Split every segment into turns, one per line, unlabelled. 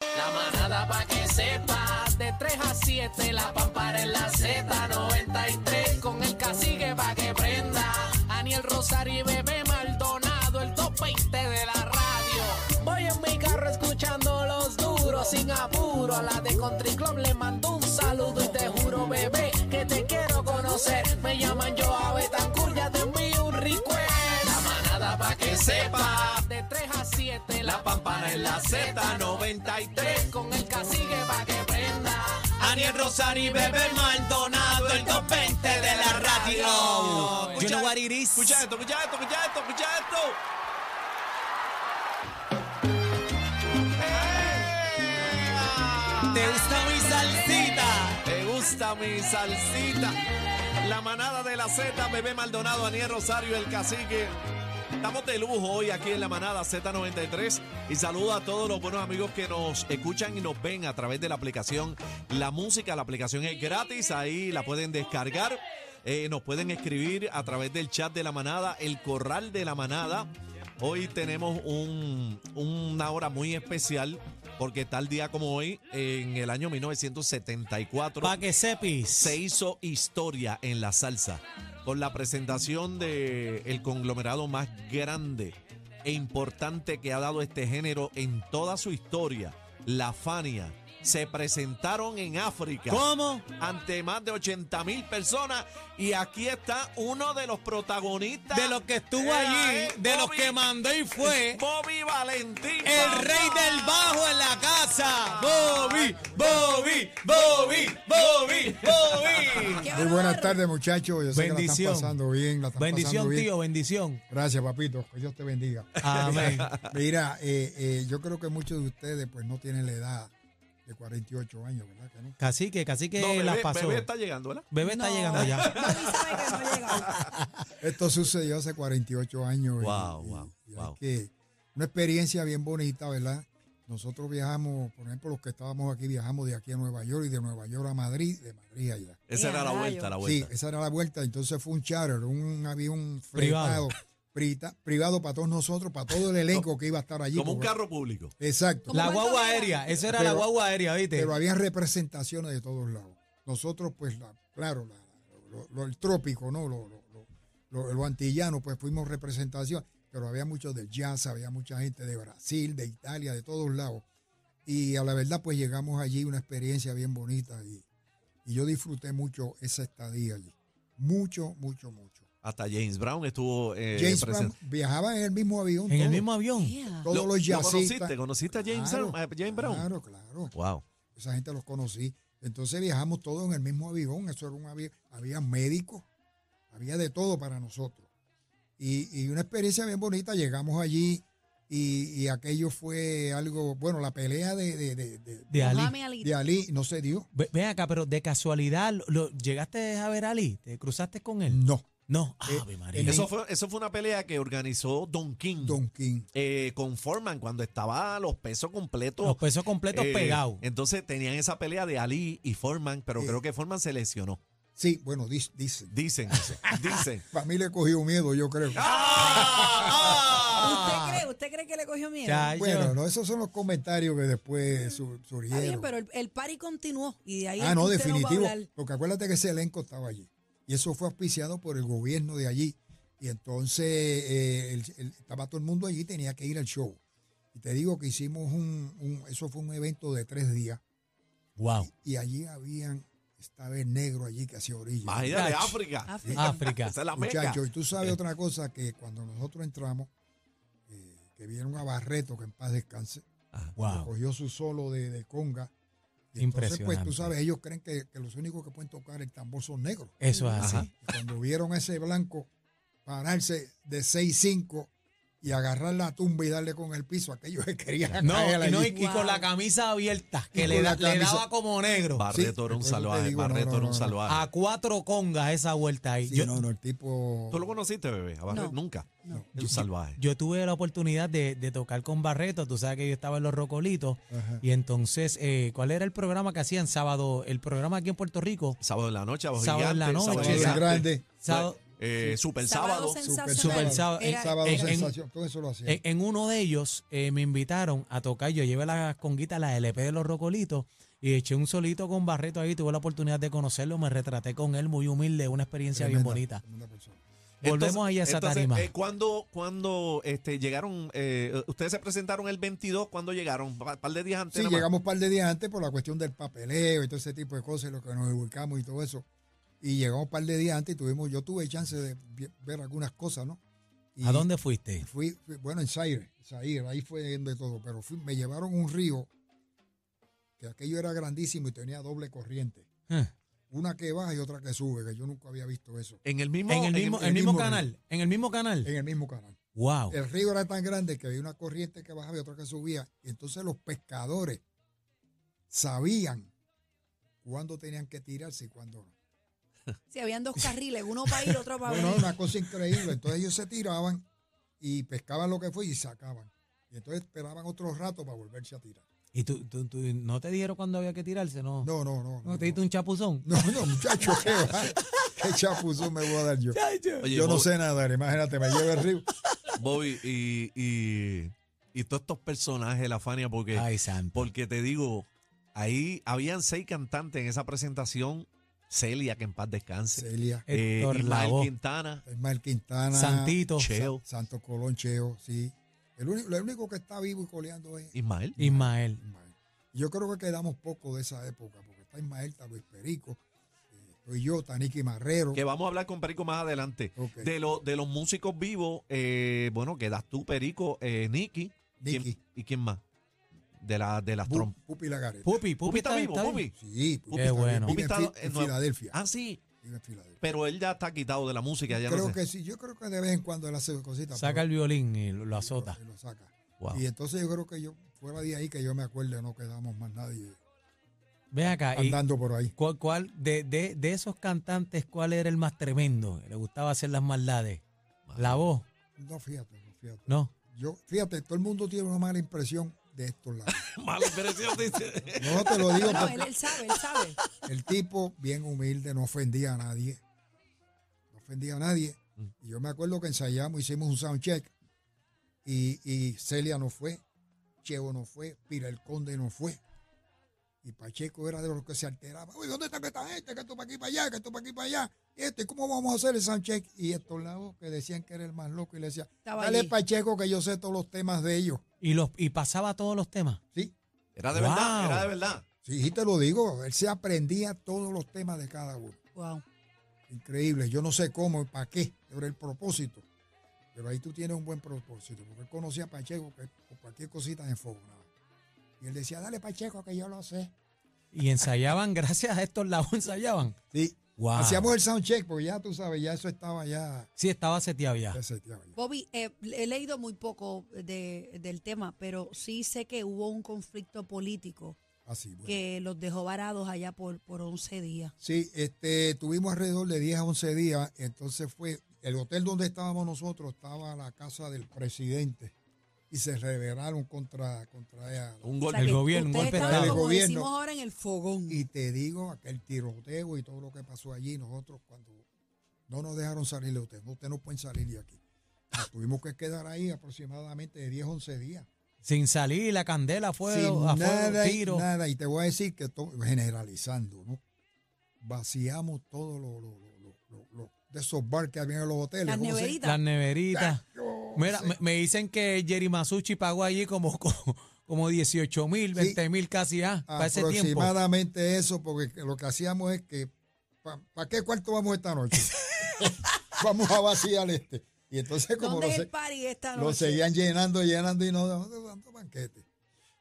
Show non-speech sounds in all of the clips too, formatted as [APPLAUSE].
La manada pa' que sepa, de 3 a 7, la pampara en la Z93, con el cacique pa' que prenda, Aniel Rosario y Bebé Maldonado, el top 20 de la radio. Voy en mi carro escuchando los duros, sin apuro, a la de Country Club le mando un saludo y te juro, bebé, que te quiero conocer. Me llaman yo a Betancourt, ya te envío un request. La manada pa' que sepa, de 3 a 7, la pampara en la Z93, con el cacique pa' que prenda.
Aniel Rosario y Bebé Maldonado, el 220 de la radio.
You know what it is.
Escucha esto, escucha esto, escucha esto, escucha esto. ¡Ea!
¿Te gusta mi salsita?
¿Te gusta mi salsita? La manada de la Z, Bebé Maldonado, Aniel Rosario, el cacique. Estamos de lujo hoy aquí en la manada Z93 y saludo a todos los buenos amigos que nos escuchan y nos ven a través de la aplicación La Música. La aplicación es gratis, ahí la pueden descargar. Eh, nos pueden escribir a través del chat de la manada, el corral de la manada. Hoy tenemos un- una hora muy especial porque tal día como hoy, en el año 1974
Pa' que sepis.
se hizo historia en la salsa con la presentación de el conglomerado más grande e importante que ha dado este género en toda su historia, la Fania. Se presentaron en África
¿Cómo?
ante más de 80 mil personas y aquí está uno de los protagonistas
De los que estuvo
Eh,
allí,
eh,
de los
Bobby-
que mandó y fue.
Bobby Valentín.
El
papá.
rey del bajo en la casa. Bobby, Bobby, Bobby, Bobby, Bobby.
Muy buenas tardes, muchachos. Yo sé que la
Bendición.
están pasando bien. La están
Bendición,
pasando bien.
tío, bendición.
Gracias, papito. Que Dios te bendiga. [LAUGHS]
Amén.
Mira, eh, eh, yo creo que muchos de ustedes pues no tienen la edad de 48 años, ¿verdad? Que no?
Cacique, cacique
Eh,
No, bebé,
las pasó.
bebé está llegando, ¿verdad?
Bebé está llegando
[LAUGHS]
ya.
Bobby sabe que no llega.
Esto sucedió hace 48 años. y-
Wow,
y-
wow,
y es
wow.
que una experiencia bien bonita, ¿verdad? Nosotros viajamos, por ejemplo, los que estábamos aquí, viajamos de aquí a Nueva York y de Nueva York a Madrid, de Madrid allá.
Esa
Eh,
era la
rayo.
vuelta, la vuelta.
Sí, esa era la vuelta. Entonces fue un charter, un avión
Privado.
privado. Privado, privado para todos nosotros, para todo el elenco que iba a estar allí.
Como un
porque-
carro público.
Exacto.
La
¿Cómo cuánto
guagua
era?
aérea, esa era la
Pero-
guagua aérea, ¿viste?
Pero había representaciones de todos lados. Nosotros, pues, la- claro, la- lo, lo- el trópico, ¿no? Lo, lo, lo- lo- lo antillano, pues fuimos representación. Pero había muchos del jazz, había mucha gente de Brasil, de Italia, de todos lados. Y a la verdad, pues llegamos allí, una experiencia bien bonita. Y, y yo disfruté mucho esa estadía allí. Mucho, mucho, mucho.
Hasta James Brown estuvo eh,
James
presente.
Brown viajaba en el mismo avión.
En el
todo.
mismo avión.
Todos
Lo- lo
los jazzistas.
conociste, conociste a James,
Claro,
Brown- a James Brown.
Claro, claro.
Wow.
Esa gente los conocí. Entonces viajamos todos en el mismo avión. Eso era un avión. Había médicos, había de todo para nosotros. Y, y una experiencia bien bonita. Llegamos allí y, y aquello fue algo. Bueno, la pelea de, de, de, de-
De Ali.
Mohamed Ali.
de Ali no se dio.
Ve- Ven acá, pero de casualidad, lo- lo- ¿llegaste a ver a Ali? ¿Te cruzaste con él?
No.
No.
Eh,
Ave María.
en
Eso fue, eso fue una pelea que organizó Don King
Don King.
eh, con Foreman cuando estaba los pesos completos.
Los pesos completos
eh,
pegados.
Entonces tenían esa pelea de Ali y Foreman, pero
Eh.
creo que Foreman se lesionó.
Sí, bueno, dis- dicen.
Dicen, dicen.
Para mí le cogió miedo, yo creo.
¡Ah!
Ah,
Ah.
¿Usted cree, ¿Usted cree que le cogió miedo?
Ya,
Bueno,
yo-
no, esos son los comentarios que después su-
Está
surgieron.
bien, pero el, el party continuó y de ahí
Ah,
es
no,
que usted va a
definitivo.
hablar.
porque acuérdate que ese elenco estaba allí. Y eso fue auspiciado por el gobierno de allí. Y entonces eh, el- el- estaba todo el mundo allí, tenía que ir al show. Y te digo que hicimos un, un- eso fue un evento de tres días.
[LAUGHS] wow.
Y allí habían, estaba el negro allí que hacía orilla.
Imagínate, de
Gach.
África.
África.
Ah,
África.
Esa es la meca. Eh.
Muchachos, y tú sabes otra cosa, que cuando nosotros entramos, eh, que vieron a Barreto, que en paz descanse,
Wow.
cogió su solo de, de conga. Y Entonces, pues
Impresionante.
tú sabes, ellos creen que, que los únicos que pueden tocar el tambor son negros.
Eso es
Ajá.
así.
Y cuando vieron a ese blanco pararse de 6-5 y agarrar la tumba y darle con el piso, aquellos que querían caer
No, y, no, y-
allí.
y con la camisa abierta, que
Y
le,
con
da-
la
le
camisa-
daba como negro.
Barreto era un
por eso te
salvaje.
digo, no,
Barreto
no,
era
no,
un
no.
salvaje.
Ah,
A cuatro congas esa vuelta ahí.
Sí,
yo,
no, no, el tipo...
¿Tú lo conociste, bebé? A Barreto
No.
nunca.
No.
Es un salvaje.
yo tuve la oportunidad de, de tocar con Barreto. Tú sabes que yo estaba en los Rocolitos.
Ajá.
Y entonces, eh, ¿cuál era el programa que hacían sábado? El programa aquí en Puerto Rico.
Sábado en la noche, abajo
Sábado en la
gigante,
noche,
sábado
Sábado
Exacto.
grande.
Sábado,
eh, Super Sábado.
Super
Sensacional.
sábado.
sábado.
Era-
Sábado
en- en-
sensación. Todo eso lo hacía.
En, en uno de ellos eh, me invitaron a tocar. Yo llevé las conguitas, las LP de los Rocolitos y eché un solito con Barreto ahí. Tuve la oportunidad de conocerlo. Me retraté con él, muy humilde, una experiencia bien
Tremenda,
bonita.
tremenda persona.
Volvemos
Entonces-
ahí a esa
entonces,
tarima.
eh, ¿Cuándo, cuándo, este, llegaron? eh, ustedes se presentaron el 22, ¿cuándo llegaron? Un par de días antes.
Sí,
nada más.
llegamos un par de días antes por la cuestión del papeleo y todo ese tipo de cosas, lo que nos ubicamos y todo eso. Y llegamos un par de días antes y tuvimos, yo tuve chance de vi- ver algunas cosas, ¿no? Y
¿A dónde fuiste?
Fui, fui- bueno, en Zaire, Zaire, ahí fue donde todo, pero fui- me llevaron un río que aquello era grandísimo y tenía doble corriente.
Eh,
Una que baja y otra que sube, que yo nunca había visto eso.
En el mismo.
En el mismo,
en el
el mismo
mismo
canal. En el mismo canal.
En el eh, mismo canal.
Wow.
El río era tan grande que había una corriente que bajaba y otra que subía. Y entonces los pescadores sabían cuándo tenían que tirarse y cuándo no.
Sí, habían dos carriles, uno para ir, otro para
Bueno,
venir.
una cosa increíble. Entonces ellos se tiraban y pescaban lo que fue y sacaban. Y entonces esperaban otro rato para volverse a tirar.
¿Y tú, tú- tú no te dijeron cuándo había que tirarse? No.
No, no, no.
¿No te diste
no.
un chapuzón?
No, no, muchacho, qué, va. qué chapuzón me voy a dar yo.
Oye,
yo no
Bobby-
sé nadar, imagínate, me llevo el río.
Bobby, y, y, y todos estos personajes, la Fania, porque,
Ay, santo.
porque te digo, ahí habían seis cantantes en esa presentación. Celia, que en paz descanse.
Celia,
Eh,
Héctor
Ismael
Lavoe,
Quintana.
Ismael Quintana.
Santito.
Cheo.
Santo Colón, Cheo, sí. El único, el único que está vivo y coleando es
Ismael.
Ismael.
Ismael. Yo creo que quedamos poco de esa época, porque está Ismael, está Luis Perico, eh, estoy yo, Taniki Marrero.
Que vamos a hablar con Perico más adelante.
Ok,
De, lo- de los músicos vivos, eh, bueno, quedas tú, Perico, eh, Nicky. ¿Quién-
Nicky,
¿Y quién más? De, la, de las
Bu-
trompas.
Pupi Lagareta.
Pupi,
Pupi está vivo,
bien.
Pupi.
Sí,
Qué
está
bueno.
Pupi
vive en,
está
Fi-
en
en
Nueva-
Filadelfia.
Ah, sí,
vive en Filadelfia.
pero él ya está quitado de la música. Ya no
creo
sé. [LAUGHS]
que sí, yo creo que de vez en cuando él hace cositas.
Saca
pero-
el violín y lo, lo azota.
y lo saca.
Wow.
Y entonces yo creo que yo, fuera de ahí que yo me acuerdo, no quedamos más nadie
Ven acá. y
andando por ahí.
¿Cuál, cuál- de, de- de esos cantantes, cuál era el más tremendo? Le gustaba hacer las maldades. La voz,
No, fíjate, no, fíjate.
¿no?
Yo, fíjate, todo el mundo tiene una mala impresión de estos lados.
Mala impresión, dice.
No te lo digo
[LAUGHS] Ah,
pues,
No,
porque
él, él sabe, él sabe.
el tipo, bien humilde, no ofendía a nadie. No ofendía a nadie. Y yo me acuerdo que ensayamos, hicimos un soundcheck. Y, y Celia no fue, Chevo no fue, Pira el Conde no fue. Y Pacheco era de los que se alteraba. Uy, ¿dónde está que esta gente? Que esto para aquí para allá, que esto para aquí para allá. Y esto, ¿y cómo vamos a hacer el soundcheck? Y estos lados que decían que era el más loco y le decía,
Estaba
dale
allí.
Pacheco que yo sé todos los temas de ellos.
Y, los, y pasaba todos los temas.
Sí,
Era de
Wow.
verdad, era de verdad.
sí, y te lo digo, él se aprendía todos los temas de cada uno.
Wow.
Increíble. Yo no sé cómo y para qué. Era el propósito. Pero ahí tú tienes un buen propósito. Porque él conocía a Pacheco que por cualquier cosita se enfogonaba. Y él decía, dale Pacheco que yo lo sé.
Y ensayaban, [LAUGHS] gracias a estos lados ensayaban.
Sí.
Wow.
Hacíamos el soundcheck, porque ya tú sabes, ya eso estaba ya,
Sí, estaba seteado ya.
ya seteado ya.
Bobby, eh, he leído muy poco de- del tema, pero sí sé que hubo un conflicto político
Así, bueno.
que los dejó varados allá por, por 11 días.
Sí, este, tuvimos alrededor de 10 a 11 días. Entonces fue, el hotel donde estábamos nosotros estaba la casa del presidente. Y se rebelaron contra, contra ella.
Un
O
golpe.
sea,
El
que
gobierno, un
ustedes
golpe de
estaban,
Estado.
como
El gobierno.
decimos ahora, en el fogón.
Y te digo, aquel tiroteo y todo lo que pasó allí, nosotros cuando no nos dejaron salir de usted, no, usted no pueden salir de aquí. Nos tuvimos que quedar ahí aproximadamente de 10, 11 días.
Sin salir, la candela fue
sin
a fuego,
nada, y
tiro.
nada. Y te voy a decir que to- generalizando, ¿no? Vaciamos todo lo, lo- lo- lo- lo- lo- de esos bar que había en los hoteles.
Las
¿cómo se-
neveritas.
Las neveritas.
Yo
Mira,
sé.
me, me dicen que Jerry Masucci pagó allí como, [LAUGHS] como, como 18 mil, 20 mil casi, ah, para ese tiempo.
aproximadamente eso, porque lo que hacíamos es que, ¿para qué cuarto vamos
[LAUGHS]
esta noche? vamos a vaciar este. Y entonces como
¿Dónde
lo
es
sé-
el party esta
Lo
noche?
seguían llenando, llenando y no dando tanto banquete. este?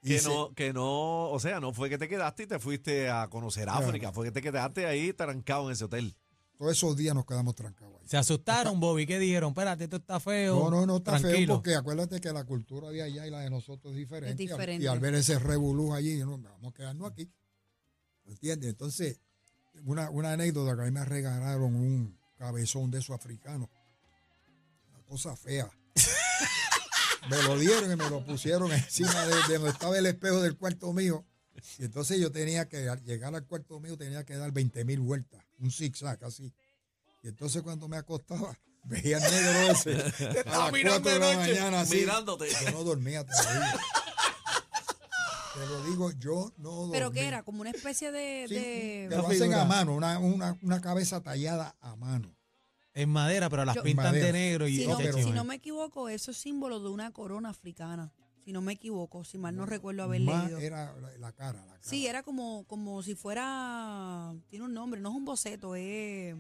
Y
Que
se-
no, que no, o sea, no fue que te quedaste y te fuiste a conocer
Claro.
África, fue que te quedaste ahí trancado en ese hotel.
todos esos días nos quedamos trancados ahí.
Se asustaron, Bobby. ¿Qué dijeron? Espérate, esto está feo.
No, no, no está
Tranquilo.
feo porque acuérdate que la cultura de allá y la de nosotros es diferente.
Es diferente.
Y al ver ese revolú allí, no, vamos a quedarnos aquí. ¿Entiendes? Entonces, una, una anécdota que a mí me regalaron un cabezón de esos africanos. Una cosa fea. me lo dieron y me lo pusieron encima de, de donde estaba el espejo del cuarto mío. Y entonces yo tenía que, al llegar al cuarto mío, tenía que dar 20 mil vueltas, un zigzag así. Y entonces cuando me acostaba, veía el
[LAUGHS]
negro ese. Te
estaba Ah, mirando de noche, mirándote.
Yo no dormía, te lo digo. Te lo digo, yo no dormía.
¿Pero qué era? Como una especie de...
Sí,
de-
te lo hacen a mano, una, una, una cabeza tallada a mano.
En madera, pero las
Yo-
pintan de
Madera.
negro y
Si no,
Ya,
pero-
chico,
si no me equivoco, eso es símbolo de una corona africana. Si no me equivoco, si mal no recuerdo haber
Más
leído.
era la, la cara, la cara.
Sí, era como, como si fuera. Tiene un nombre, no es un boceto, es.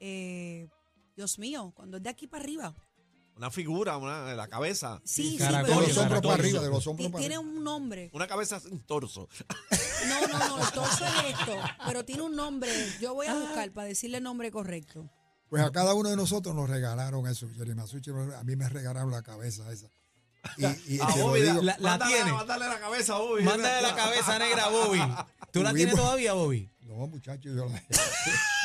eh, Dios mío, cuando es de aquí para arriba.
Una figura, una, la cabeza.
Sí, sí,
caracol,
De
pero.
los hombros
Caracol.
para arriba, de los
ti-
hombros para
Tiene
arriba.
un nombre.
Una cabeza sin torso.
No, no, no, el torso es esto. Pero tiene un nombre. Yo voy a
Ah.
buscar para decirle el nombre correcto.
Pues a cada uno de nosotros nos regalaron eso. Jerry Masucci, a mí me regalaron la cabeza esa.
[LAUGHS]
Y, y
A
te lo
Ah, Bobby,
digo,
la- la
mándale-
tiene.
mándale la cabeza a Bobby.
Mándale la cabeza negra a Bobby. ¿Tú la tienes
Tuvimos-
todavía, Bobby?
no, muchachos, yo la...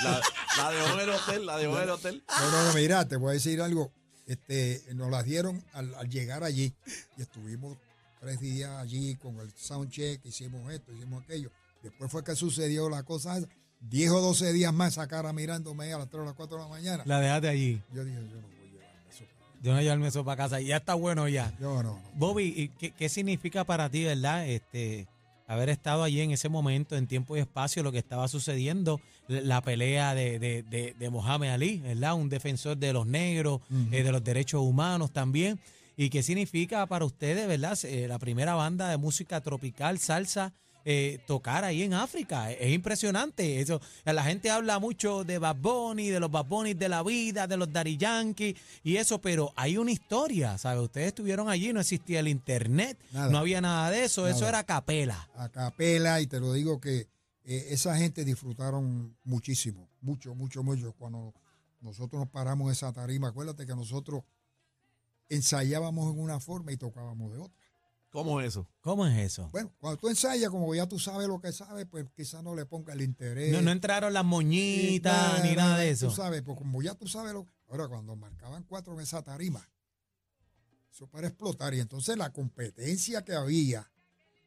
La, la dejó en el hotel, la dejó en el hotel.
No, no, no, mira, te voy a decir algo. Este, nos las dieron al, al llegar allí y estuvimos tres días allí con el soundcheck, hicimos esto, hicimos aquello. Después fue que sucedió la cosa esa. Diez o doce días más esa cara mirándome ahí a las tres o las cuatro de la mañana.
La dejaste allí.
Yo dije, yo no voy a llevarme eso.
Yo no llevarme eso para casa. Ya está bueno ya.
Yo no. no.
Bobby, ¿y ¿qué, qué significa para ti, verdad? Este, haber estado allí en ese momento, en tiempo y espacio, lo que estaba sucediendo, la- la pelea de, de, de- de Mohamed Ali, ¿verdad? Un defensor de los negros, eh, de los derechos humanos también. ¿Y qué significa para ustedes, verdad? Eh, la primera banda de música tropical, salsa. eh, tocar ahí en África es, es impresionante eso la gente habla mucho de Bad Bunny de los Bad Bunny de la vida de los Daddy Yankee y eso pero hay una historia ¿sabes? ustedes estuvieron allí no existía el internet
Nada.
no había había nada de eso, eso
Nada.
era capela.
a capela y te lo digo que eh, esa gente disfrutaron muchísimo, mucho, mucho, mucho. Cuando nosotros nos paramos en esa tarima, acuérdate que nosotros ensayábamos en una forma y tocábamos de otra.
¿Cómo es eso?
¿Cómo es eso?
Bueno, cuando tú ensayas, como ya tú sabes lo que sabes, pues quizás no le ponga el interés.
No, no entraron las
Y
moñitas ni nada de eso.
eh, Tú sabes, pues como ya tú sabes lo. Ahora, cuando marcaban cuatro en esa tarima, eso para explotar. Y entonces la competencia que había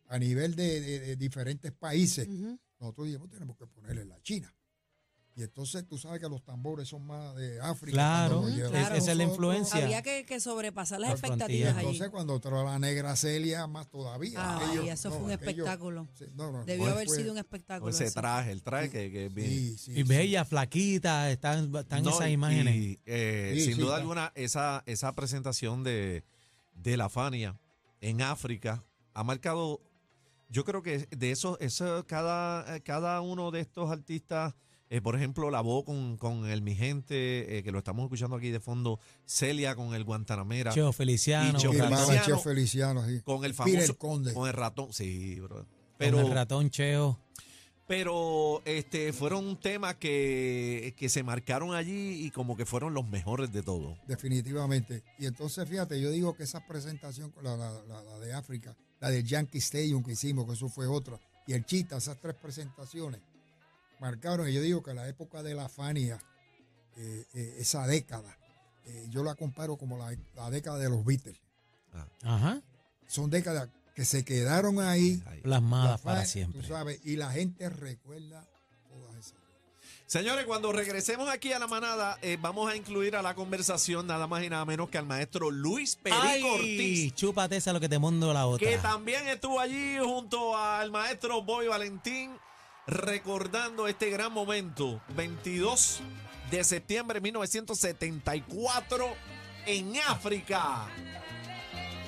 a nivel de, de- de diferentes países,
Ujú.
nosotros dijimos, tenemos que ponerle la China. Y entonces tú sabes que los tambores son más de África.
Claro,
cuando lo
es-
llevan
esa es la
nosotros.
influencia. Sí,
Había
ah.
que, que sobrepasar las
Las
expectativas
fronteras.
allí.
Entonces cuando entró la negra Celia, más todavía.
Ay,
Aquello-
eso fue
no,
un
aquello-
espectáculo.
sí, no, no, no,
Debió haber
fue-
sido un espectáculo.
Con ese
eso.
traje, el traje que, que es bien.
Sí, sí,
y
sí.
bella, flaquita, están, están
No,
esas
y-
imágenes.
y, eh,
Sí,
sin
sí,
duda
está.
alguna, esa, esa presentación de, de la Fania en África ha marcado. Yo creo que de eso, eso cada, cada uno de estos artistas, eh, por ejemplo, la voz con, con el Mi Gente, eh, que lo estamos escuchando aquí de fondo, Celia con el Guantanamera,
Cheo Feliciano,
y Cheo
Y
ratón,
Mara
Feliciano.
Chef Feliciano, sí.
con el
Peter
famoso.
Conde.
Con el ratón, sí, bro.
pero,
Pero,
ratón Cheo.
pero este, fueron temas que, que se marcaron allí y como que fueron los mejores de todo.
Definitivamente. Y entonces, fíjate, yo digo que esa presentación, con la, la- la- la de África, la del Yankee Stadium que hicimos, que eso fue otra, y el Chita, esas tres presentaciones, marcaron, y yo digo que la época de la Fania, eh, eh, esa década, eh, yo la comparo como la, la década de los Beatles.
Ajá,
Son décadas que se quedaron ahí.
Ahí.
la
plasmadas para
Fania,
siempre.
Tú sabes, y la gente recuerda todas esas.
Señores, cuando regresemos aquí a la manada, eh, vamos a incluir a la conversación nada más y nada menos que al maestro Luis Perico
¡Ay!
Ortiz,
Chúpate esa lo que te mando la otra.
que también estuvo allí junto al maestro Boy Valentín, recordando este gran momento, 22 de septiembre de 1974 en África.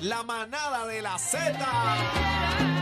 La manada de la Z.